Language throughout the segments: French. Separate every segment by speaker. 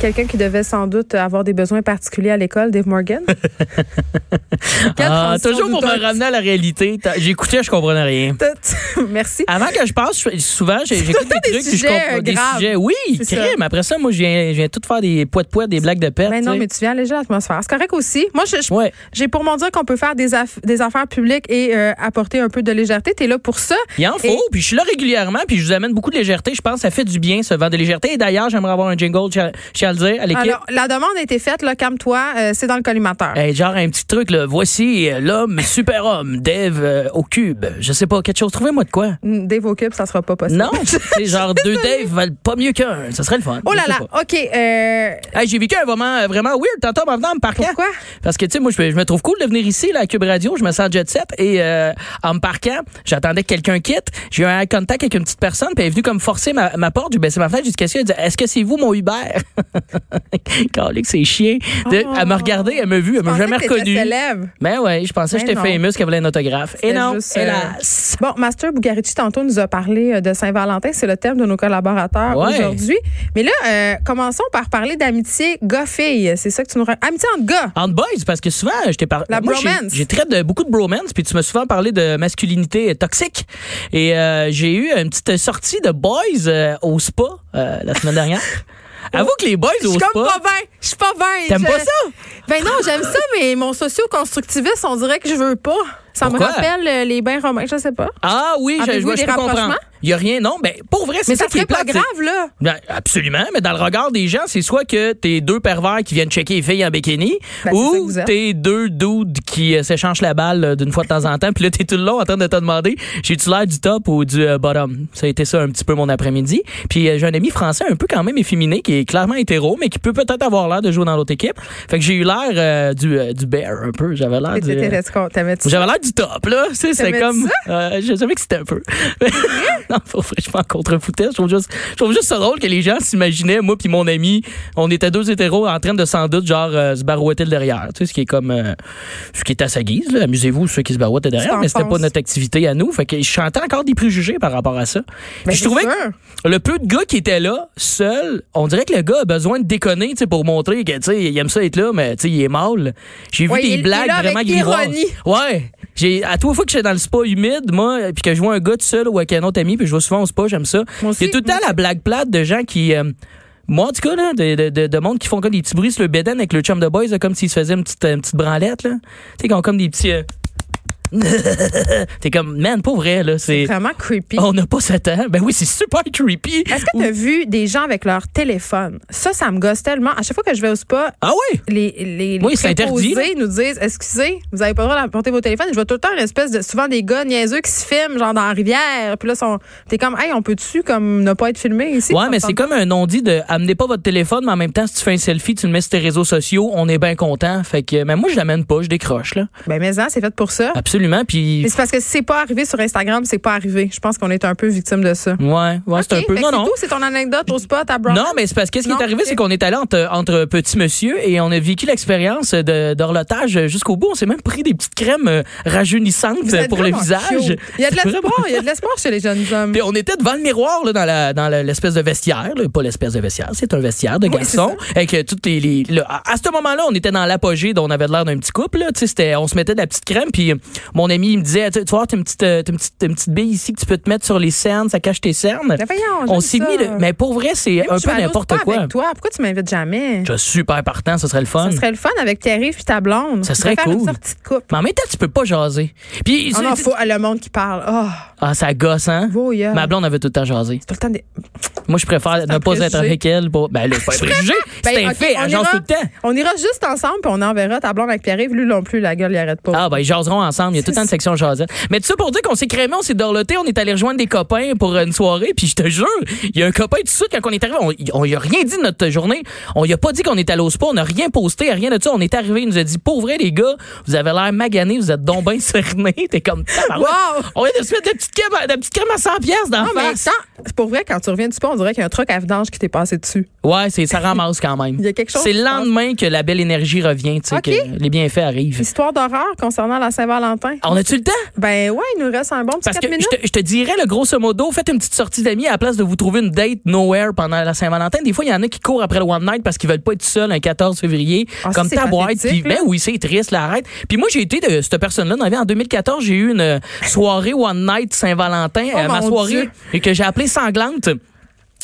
Speaker 1: Quelqu'un qui devait sans doute avoir des besoins particuliers à l'école, Dave Morgan. Quelle
Speaker 2: Ah,
Speaker 1: transition
Speaker 2: toujours pour
Speaker 1: douteuse.
Speaker 2: me ramener à la réalité. T'as- J'écoutais, je comprenais rien.
Speaker 1: Merci.
Speaker 2: Avant que je passe, je- souvent, j'ai- j'écoute des,
Speaker 1: Des
Speaker 2: trucs puis je
Speaker 1: sujets,
Speaker 2: comprends
Speaker 1: euh,
Speaker 2: des
Speaker 1: graves.
Speaker 2: sujets. Oui,
Speaker 1: C'est
Speaker 2: crime. Après ça, moi, je viens, je viens tout faire des poids de poids, des blagues de perte.
Speaker 1: Mais Ben non, mais tu viens alléger l'atmosphère. C'est correct aussi. Moi, je- je-
Speaker 2: Ouais.
Speaker 1: j'ai pour mon dire qu'on peut faire des, aff- des affaires publiques et euh, apporter un peu de légèreté. T'es là pour ça.
Speaker 2: Il en faut,
Speaker 1: Et-
Speaker 2: puis je suis là régulièrement, puis je vous amène beaucoup de légèreté. Je pense que ça fait du bien, ce vent de légèreté. Et d'ailleurs, j'aimerais avoir un jingle, je je tiens à le dire, à l'équipe.
Speaker 1: Alors, la demande a été faite, là, calme-toi, euh, c'est dans le collimateur.
Speaker 2: Hey, genre un petit truc, là. Voici euh, l'homme, super-homme, Dave euh, au cube. Je sais pas, quelque chose. Trouvez-moi de quoi.
Speaker 1: Mm, Dave au cube, ça sera pas possible.
Speaker 2: Non, c'est genre deux Dave valent pas mieux qu'un. Ça serait le fun.
Speaker 1: Oh là
Speaker 2: Je sais
Speaker 1: là,
Speaker 2: pas.
Speaker 1: OK. euh,
Speaker 2: Hey, j'ai vécu un moment euh, vraiment weird tantôt en venant me parquant.
Speaker 1: Pourquoi?
Speaker 2: Parce que, tu sais, moi, je, me- je me trouve cool de venir ici, là, à Cube Radio. Je me sens jet set. Et euh, en me parquant, j'attendais que quelqu'un quitte. J'ai eu un eye contact avec une petite personne. Puis elle est venue comme forcer ma, ma porte. J'ai baissé ma fenêtre. J'ai dit, qu'est-ce qu'elle dit? Est-ce que c'est vous, mon Uber? Calique, c'est chien. De- Elle m'a regardé, elle m'a vu, elle m'a
Speaker 1: Oh. pensais
Speaker 2: jamais
Speaker 1: que t'étais
Speaker 2: reconnue.
Speaker 1: célèbre.
Speaker 2: Mais ouais, je pensais que
Speaker 1: Ben
Speaker 2: j'étais
Speaker 1: non.
Speaker 2: famous, qu'elle voulait un autographe. Et
Speaker 1: C'était
Speaker 2: non,
Speaker 1: juste, euh,
Speaker 2: hélas.
Speaker 1: Bon, Master Bugarici, tantôt, nous a parlé euh, de Saint-Valentin. C'est le thème de nos collaborateurs
Speaker 2: Ouais.
Speaker 1: aujourd'hui. Mais là, euh, commençons par parler d'amitié gars-fille. C'est ça que tu nous... ra- Amitié entre gars.
Speaker 2: En boys, parce que souvent, je t'ai parlé.
Speaker 1: La
Speaker 2: moi, j'ai-
Speaker 1: bromance.
Speaker 2: J'ai traité de beaucoup de bromance, puis tu m'as souvent parlé de masculinité euh, toxique. Et euh, j'ai eu une petite sortie de boys euh, au spa euh, la semaine dernière. Avoue que les boys
Speaker 1: Je
Speaker 2: au
Speaker 1: suis
Speaker 2: spa.
Speaker 1: comme pas bien. Je suis pas bien.
Speaker 2: T'aimes
Speaker 1: Je-
Speaker 2: pas ça?
Speaker 1: Ben non, j'aime ça, mais mon socio-constructiviste, on dirait que je veux pas. Ça
Speaker 2: Pourquoi?
Speaker 1: me rappelle euh, les bains romains, je sais pas.
Speaker 2: Ah oui, je, je,
Speaker 1: Avez-vous
Speaker 2: vois, je
Speaker 1: des
Speaker 2: peux comprendre.
Speaker 1: rapprochements?
Speaker 2: Il y a rien, non. Ben, pour vrai,
Speaker 1: Mais
Speaker 2: c'est
Speaker 1: ça
Speaker 2: ça qui est
Speaker 1: serait pas
Speaker 2: plate,
Speaker 1: grave,
Speaker 2: c'est-
Speaker 1: là.
Speaker 2: Ben, absolument, mais dans le regard des gens, c'est soit que t'es deux pervers qui viennent checker les filles en bikini,
Speaker 1: Ben, c'est ça que
Speaker 2: ou
Speaker 1: vous êtes.
Speaker 2: t'es deux dudes qui euh, s'échangent la balle euh, d'une fois de temps en temps, puis là t'es tout le long en train de te demander, j'ai-tu l'air du top ou du euh, bottom? Ça a été ça un petit peu mon après-midi. Puis euh, j'ai un ami français un peu quand même efféminé, qui est clairement hétéro, mais qui peut peut-être avoir l'air de jouer dans l'autre équipe. Fait que j'ai eu l'air euh, du, euh, du bear un peu, j'avais l'air du... euh,
Speaker 1: T'étais- t'étais- T'avais-tu
Speaker 2: j'avais l'air du top, là. Tu sais, c'est
Speaker 1: T'aimais-tu
Speaker 2: comme. euh, je savais que c'était un peu. non, pour vrai, je m'en contrefoutais. Je trouve juste, je trouve juste ça drôle que les gens s'imaginaient, moi puis mon ami, on était deux hétéros en train de sans doute, genre, euh, se barouetter le derrière. Tu sais, ce qui est comme. euh, ce qui est à sa guise, là. Amusez-vous, ceux qui se barouettent le derrière.
Speaker 1: t'en
Speaker 2: Mais c'était pas
Speaker 1: penses?
Speaker 2: notre activité à nous. Fait que je chantais encore des préjugés par rapport à ça.
Speaker 1: Ben,
Speaker 2: Puis je
Speaker 1: c'est
Speaker 2: trouvais
Speaker 1: sûr.
Speaker 2: que le peu de gars qui étaient là, seuls, on dirait que le gars a besoin de déconner, tu sais, pour montrer que, tu sais, il aime ça être là, mais, tu sais, il est mal. J'ai vu
Speaker 1: Ouais,
Speaker 2: des
Speaker 1: il- il est
Speaker 2: blagues
Speaker 1: là avec
Speaker 2: vraiment grivoises.
Speaker 1: ironie.
Speaker 2: Ouais. J'ai, à trois fois que je suis dans le spa humide, moi, puis que je vois un gars tout seul ou avec un autre ami, puis je vois souvent au spa, j'aime ça.
Speaker 1: Moi aussi,
Speaker 2: Il y a tout le temps la blague plate de gens qui. euh, moi, en tout cas, là, de, de, de, de monde qui font comme des petits bruits sur le béden avec le chum de boys, là, comme s'ils se faisaient une petite, une petite branlette, là. Tu sais, qui ont comme des petits. euh, T'es comme, man, pour vrai, là. C'est. Oh.
Speaker 1: Vraiment creepy.
Speaker 2: On n'a pas 7 ans. Ben oui, c'est super creepy.
Speaker 1: Est-ce que t'as vu des gens avec leur téléphone? Ça, ça me gosse tellement. À chaque fois que je vais au spa,
Speaker 2: Ah oui?
Speaker 1: les, les, les
Speaker 2: Oui, c'est interdit,
Speaker 1: préposés nous disent excusez, vous avez pas le droit d'apporter vos téléphones. Je vois tout le temps une espèce de souvent des gars niaiseux qui se filment genre dans la rivière. Puis là sont t'es comme hey, on peut-tu comme ne pas être filmé ici
Speaker 2: Ouais, mais c'est comme un non-dit de amenez pas votre téléphone, mais en même temps, si tu fais un selfie, tu le mets sur tes réseaux sociaux, on est bien content. Fait que, mais moi, je l'amène pas, je décroche, là.
Speaker 1: ben mais hein, c'est fait pour
Speaker 2: Ah,
Speaker 1: ça.
Speaker 2: Absolument. Puis,
Speaker 1: Mais c'est parce que si c'est pas arrivé sur Instagram, c'est pas arrivé. Je pense qu'on est un peu victime de ça.
Speaker 2: ouais, ouais, c'est un
Speaker 1: Ok,
Speaker 2: peu.
Speaker 1: fait
Speaker 2: Non,
Speaker 1: que
Speaker 2: non.
Speaker 1: C'est tout, c'est ton anecdote au spot à Brown.
Speaker 2: Non, mais c'est parce que ce qui
Speaker 1: Non,
Speaker 2: est arrivé,
Speaker 1: ok.
Speaker 2: c'est qu'on est allé entre, entre petits monsieur et on a vécu l'expérience de- d'horlotage jusqu'au bout. On s'est même pris des petites crèmes euh, rajeunissantes
Speaker 1: Vous êtes
Speaker 2: pour le
Speaker 1: vraiment
Speaker 2: visage.
Speaker 1: cute. Il y a de
Speaker 2: C'est
Speaker 1: l'espoir, il y a de l'espoir chez les jeunes hommes.
Speaker 2: Puis on était devant le miroir là, dans la dans la- l'espèce de vestiaire, là. pas l'espèce de vestiaire, c'est un vestiaire de garçon avec euh, toutes les, les- là, à, à ce moment-là, on était dans l'apogée, dont on avait l'air d'un petit couple là, tu sais, c'était on se mettait de la petite crème puis euh, mon ami il me disait tu tu vois, t'as une petite euh, t'as une petite t'as une petite bille ici que tu peux te mettre sur les cernes, ça cache tes cernes.
Speaker 1: Mais Ben voyons, j'aime
Speaker 2: on s'est
Speaker 1: ça.
Speaker 2: mis le- mais pour vrai, c'est
Speaker 1: Même
Speaker 2: un
Speaker 1: si je
Speaker 2: peu
Speaker 1: vais aller au
Speaker 2: n'importe
Speaker 1: spa
Speaker 2: quoi.
Speaker 1: Avec toi, pourquoi tu m'invites jamais
Speaker 2: Je suis super partant, ce serait le fun.
Speaker 1: Ça serait le fun avec Terry puis ta blonde.
Speaker 2: Ça serait
Speaker 1: On pourrait faire
Speaker 2: cool.
Speaker 1: une sortie de couple.
Speaker 2: Mais en même temps, tu peux pas jaser. Puis
Speaker 1: Oh non, faut ah, le monde qui parle. Oh,
Speaker 2: ah ça gosse hein.
Speaker 1: Voyeur.
Speaker 2: Ma blonde avait tout le temps jasé.
Speaker 1: tout le temps des.
Speaker 2: Moi, je préfère ne
Speaker 1: un
Speaker 2: pas être
Speaker 1: préjugé.
Speaker 2: avec elle. Pour... Ben là, c'est pas un préjugé. C'est
Speaker 1: Ben,
Speaker 2: un
Speaker 1: ok,
Speaker 2: fait.
Speaker 1: on
Speaker 2: Elle jase
Speaker 1: ira-
Speaker 2: tout le temps.
Speaker 1: On ira juste ensemble, puis on enverra ta blonde avec Pierre-Yves. Lui non plus, la gueule, il arrête pas.
Speaker 2: Ah, ben, ils jaseront ensemble. Il y a tout le temps une section jasette. Mais tout ça pour dire qu'on s'est crémé, on s'est dorloté, on est allé rejoindre des copains pour une soirée, puis je te jure, il y a un copain tout de suite, quand on est arrivé, on, on lui a rien dit de notre journée. On lui a pas dit qu'on était allé au spa, on n'a rien posté, rien de ça. On est arrivé, il nous a dit, pour vrai, les gars, vous avez l'air maganés, vous êtes donc bien cernés. T'es comme, tabarouette.
Speaker 1: Wow!
Speaker 2: On vient de se mettre de la petite crème, à- de la petite crème à 100 piastres dans
Speaker 1: Non,
Speaker 2: la
Speaker 1: mais
Speaker 2: face.
Speaker 1: quand- c'est pour vrai, quand tu reviens du sport, on dirait qu'il y a un truc à vidange qui t'est passé dessus.
Speaker 2: Ouais, c'est, ça ramasse quand même.
Speaker 1: Il y a quelque chose
Speaker 2: C'est
Speaker 1: qui
Speaker 2: le
Speaker 1: se passe.
Speaker 2: lendemain que la belle énergie revient, tu sais,
Speaker 1: Ok.
Speaker 2: que les bienfaits arrivent.
Speaker 1: Histoire d'horreur concernant la Saint-Valentin.
Speaker 2: On a-tu le temps?
Speaker 1: Ben ouais, il nous reste un bon petit
Speaker 2: Ah. Parce
Speaker 1: 4
Speaker 2: que
Speaker 1: minutes.
Speaker 2: je te, je te dirais, le grosso modo, faites une petite sortie d'amis à la place de vous trouver une date nowhere pendant la Saint-Valentin. Des fois, il y en a qui courent après le one night parce qu'ils veulent pas être seuls un 14 février,
Speaker 1: Ah, ça,
Speaker 2: comme
Speaker 1: c'est
Speaker 2: ta boîte.
Speaker 1: pathétique,
Speaker 2: Puis, ben
Speaker 1: là.
Speaker 2: oui, c'est triste, la arrête. Puis moi, j'ai été de cette personne-là. dans la vie. En 2014, j'ai eu une euh, soirée one night Saint-Valentin,
Speaker 1: Oh,
Speaker 2: euh, ma
Speaker 1: mon
Speaker 2: soirée,
Speaker 1: Dieu. Ah!
Speaker 2: et que j'ai appelée sanglante.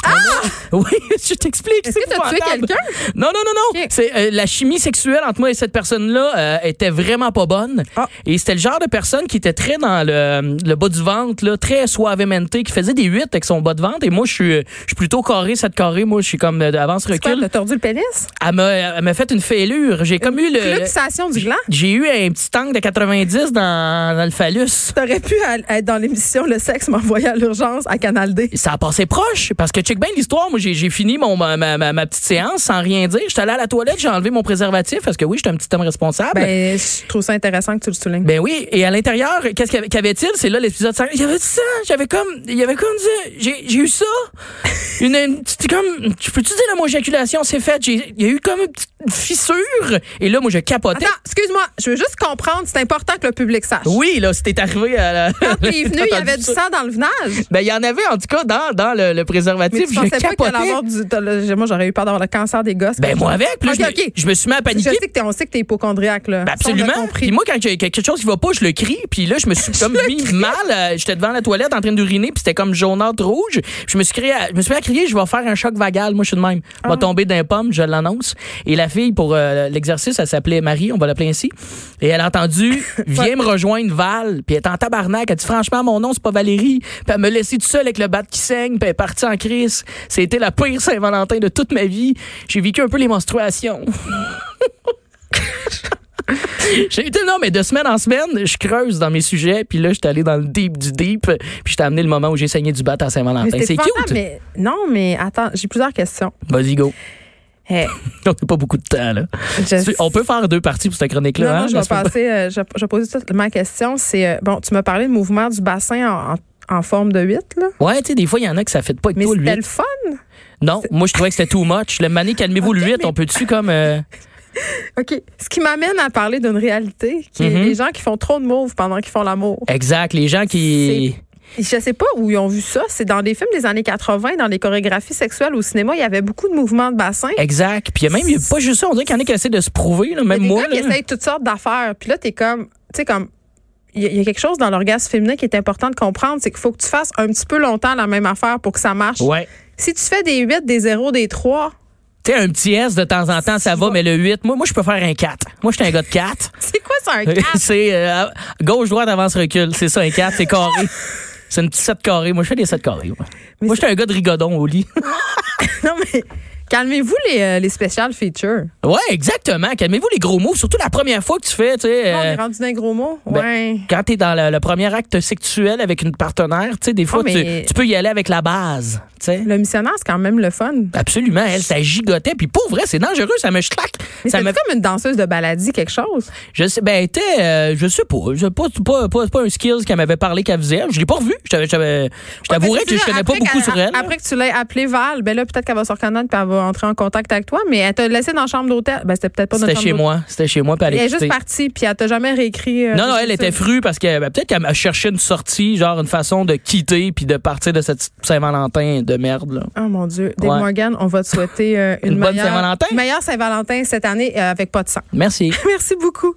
Speaker 2: Oui, je t'explique.
Speaker 1: Est-ce
Speaker 2: c'est
Speaker 1: que t'as tué
Speaker 2: épouvantable.
Speaker 1: quelqu'un?
Speaker 2: Non, non, non, non.
Speaker 1: Ok.
Speaker 2: C'est euh, la chimie sexuelle entre moi et cette personne-là euh, était vraiment pas bonne.
Speaker 1: Ah.
Speaker 2: Et c'était le genre de personne qui était très dans le, le bas du ventre, là, très suavemente, qui faisait des huit avec son bas de ventre. Et moi, je suis, euh, je suis plutôt carré, cette carré. Moi, je suis comme euh, d'avance
Speaker 1: C'est quoi,
Speaker 2: recul.
Speaker 1: T'as tordu le pénis?
Speaker 2: Elle m'a, elle m'a fait une fêlure. J'ai comme eu Euh, le.
Speaker 1: Luxation du gland?
Speaker 2: J'ai eu un petit angle de 90 dans, dans le phallus.
Speaker 1: T'aurais pu al- être dans l'émission Le sexe m'envoyait à l'urgence à Canal D.
Speaker 2: ça a passé proche parce que check bien l'histoire moi j'ai j'ai fini mon ma, ma, ma- ma petite séance sans rien dire j'étais allé à la toilette j'ai enlevé mon préservatif parce que oui j'étais un petit homme responsable ben,
Speaker 1: Ben, je trouve ça intéressant que tu le soulignes.
Speaker 2: oui et à l'intérieur qu'est-ce qu'il y avait- qu'avait-il c'est là l'épisode 5 il y avait ça j'avais comme il y avait comme ça j'ai j'ai eu ça une, une petite comme tu peux-tu dire la mot éjaculation c'est fait J'ai- il y a eu comme une petite fissure et là moi je capotais
Speaker 1: Attends, excuse-moi, je veux juste comprendre, c'est important que le public sache.
Speaker 2: oui là c'était arrivé à la
Speaker 1: Quand t'es venu, il y
Speaker 2: T'as
Speaker 1: avait
Speaker 2: entendu
Speaker 1: du
Speaker 2: ça?
Speaker 1: sang dans le venage.
Speaker 2: ben il y en avait en tout cas dans dans le, le préservatif
Speaker 1: Mais tu
Speaker 2: je
Speaker 1: pensais pas qu'il
Speaker 2: capotais
Speaker 1: allait avoir du. t'as le- Moi, j'aurais eu peur d'avoir le cancer des gosses.
Speaker 2: ben moi avec puis là,
Speaker 1: Ok,
Speaker 2: je, me,
Speaker 1: ok.
Speaker 2: je me suis mis à
Speaker 1: Je
Speaker 2: paniquer
Speaker 1: sais que t'es, on sait que t'es hypochondriaque, là.
Speaker 2: Ben
Speaker 1: Ça, on l'a
Speaker 2: absolument.
Speaker 1: compris.
Speaker 2: Puis moi, quand il y a quelque chose qui va pas, je le crie. Puis là, je me suis comme mis mal. euh, J'étais devant la toilette en train d'uriner, puis c'était comme jaunâtre rouge. Je me suis crié, à- je me suis mis à crier, je vais faire un choc vagal. Moi, je suis de même.
Speaker 1: Ah.
Speaker 2: On va tomber d'un pomme, je l'annonce. Et la fille, pour euh, l'exercice, elle s'appelait Marie, on va l'appeler ainsi. Et elle a entendu, viens me rejoindre Val. Puis elle est en tabarnak. Elle dit, franchement, mon nom, c'est pas Valérie. Puis elle me laissé tout seul avec le bat qui saigne, puis elle est partie en crise. C'était la pire Saint-Valentin de toute ma vie. J'ai vécu un peu les menstruations. J'ai été non, mais de semaine en semaine, je creuse dans mes sujets, puis là, je suis allé dans le deep du deep, puis je t'ai amené le moment où j'ai saigné du bat à
Speaker 1: Mais
Speaker 2: Saint-Valentin.
Speaker 1: c'était
Speaker 2: ben, C'est
Speaker 1: épouvantable,
Speaker 2: cute.
Speaker 1: mais- non, mais attends, j'ai plusieurs questions.
Speaker 2: Vas-y, go.
Speaker 1: Eh,
Speaker 2: On n'a pas beaucoup de temps, là.
Speaker 1: je-
Speaker 2: Tu- On peut faire deux parties pour cette chronique-là.
Speaker 1: Non,
Speaker 2: hein?
Speaker 1: non, je
Speaker 2: Ça
Speaker 1: vais
Speaker 2: se peut pas.
Speaker 1: passer. euh, je, je vais poser toute ma question. C'est euh, bon, tu m'as parlé du mouvement du bassin en, en- en forme de 8, là.
Speaker 2: Ouais, tu sais, des fois, il y en a que ça fait pas avec
Speaker 1: Mais
Speaker 2: toi, le
Speaker 1: c'était le
Speaker 2: 8.
Speaker 1: fun.
Speaker 2: Non, moi, je trouvais que c'était too much. Le mané, calmez-vous, le 8, on peut-tu comme. euh,
Speaker 1: OK. Ce qui m'amène à parler d'une réalité qui est
Speaker 2: Mhm.
Speaker 1: les gens qui font trop de moves pendant qu'ils font l'amour.
Speaker 2: Exact, les gens qui.
Speaker 1: Je sais pas où ils ont vu ça. C'est dans des films des années 80, dans les chorégraphies sexuelles au cinéma, il y avait beaucoup de mouvements de bassin.
Speaker 2: Exact. Puis il y a même, il y a pas juste ça, on dirait qu'il y en a qui essaient de se prouver, là, Eh, même
Speaker 1: Il y a des
Speaker 2: moi.
Speaker 1: gars qui
Speaker 2: là.
Speaker 1: essayent toutes sortes d'affaires. Puis là, t'es comme, tu sais, comme, il y, a- il y a quelque chose dans l'orgasme féminin qui est important de comprendre, c'est qu'il faut que tu fasses un petit peu longtemps la même affaire pour que ça marche.
Speaker 2: Ouais.
Speaker 1: Si tu fais des 8, des 0, des 3,
Speaker 2: Tu sais, un petit S de temps en temps, ça va, mais le 8, moi, moi je peux faire un 4. Moi, je suis un gars de 4.
Speaker 1: c'est quoi ça, un 4?
Speaker 2: c'est euh, gauche-droite, avance-recul. C'est ça, un 4, c'est carré. C'est une petite 7 carré. Moi, je fais des 7 carrés. moi. Moi, j'étais un gars de rigodon au lit.
Speaker 1: non, mais calmez-vous les, euh, les special features.
Speaker 2: ouais, exactement. Calmez-vous les gros mots, surtout la première fois que tu fais, tu sais.
Speaker 1: Là, on
Speaker 2: euh,
Speaker 1: est rendu d'un gros mot.
Speaker 2: ben,
Speaker 1: ouais.
Speaker 2: Quand t'es dans le, le premier acte sexuel avec une partenaire, tu sais, des fois,
Speaker 1: Ah, mais-
Speaker 2: tu, tu peux y aller avec la base, tu sais.
Speaker 1: Le missionnaire, c'est quand même le fun.
Speaker 2: Absolument, elle, ça gigotait. Puis pour vrai, c'est dangereux, ça me claque.
Speaker 1: Mais
Speaker 2: Ça
Speaker 1: c'est
Speaker 2: me
Speaker 1: comme une danseuse de baladie, quelque chose.
Speaker 2: Je sais, ben, elle était, euh, je sais pas, je sais pas, c'est pas, pas, c'est pas un skills qu'elle m'avait parlé qu'elle faisait. Je l'ai pas revu. Je t'avais- je t'avais- je t'avouerais
Speaker 1: Parce
Speaker 2: que je
Speaker 1: là,
Speaker 2: connais pas
Speaker 1: après
Speaker 2: beaucoup
Speaker 1: qu'elle-
Speaker 2: sur elle.
Speaker 1: Après que tu l'aies appelée Val, ben là, peut-être qu'elle va se reconnaître puis elle va entrer en contact avec toi. Mais elle t'a laissé dans la chambre d'hôtel. Ben, c'était peut-être pas dans la
Speaker 2: C'était
Speaker 1: chambre
Speaker 2: chez
Speaker 1: d'hôtel.
Speaker 2: moi, c'était chez moi, puis elle
Speaker 1: Elle est
Speaker 2: écoutait.
Speaker 1: juste partie puis elle t'a jamais réécrit. euh,
Speaker 2: Non, non, elle
Speaker 1: ça.
Speaker 2: était frue parce que ben, peut-être qu'elle m'a cherché une sortie, genre une façon de quitter puis de partir de cette Saint-Valentin de merde. Là.
Speaker 1: Oh mon Dieu. Dave
Speaker 2: Ouais.
Speaker 1: Morgan, on va te souhaiter euh, une,
Speaker 2: Une bonne
Speaker 1: meilleure-
Speaker 2: Saint-Valentin.
Speaker 1: meilleure Saint-Valentin cette année euh, avec pas de sang.
Speaker 2: Merci.
Speaker 1: Merci beaucoup.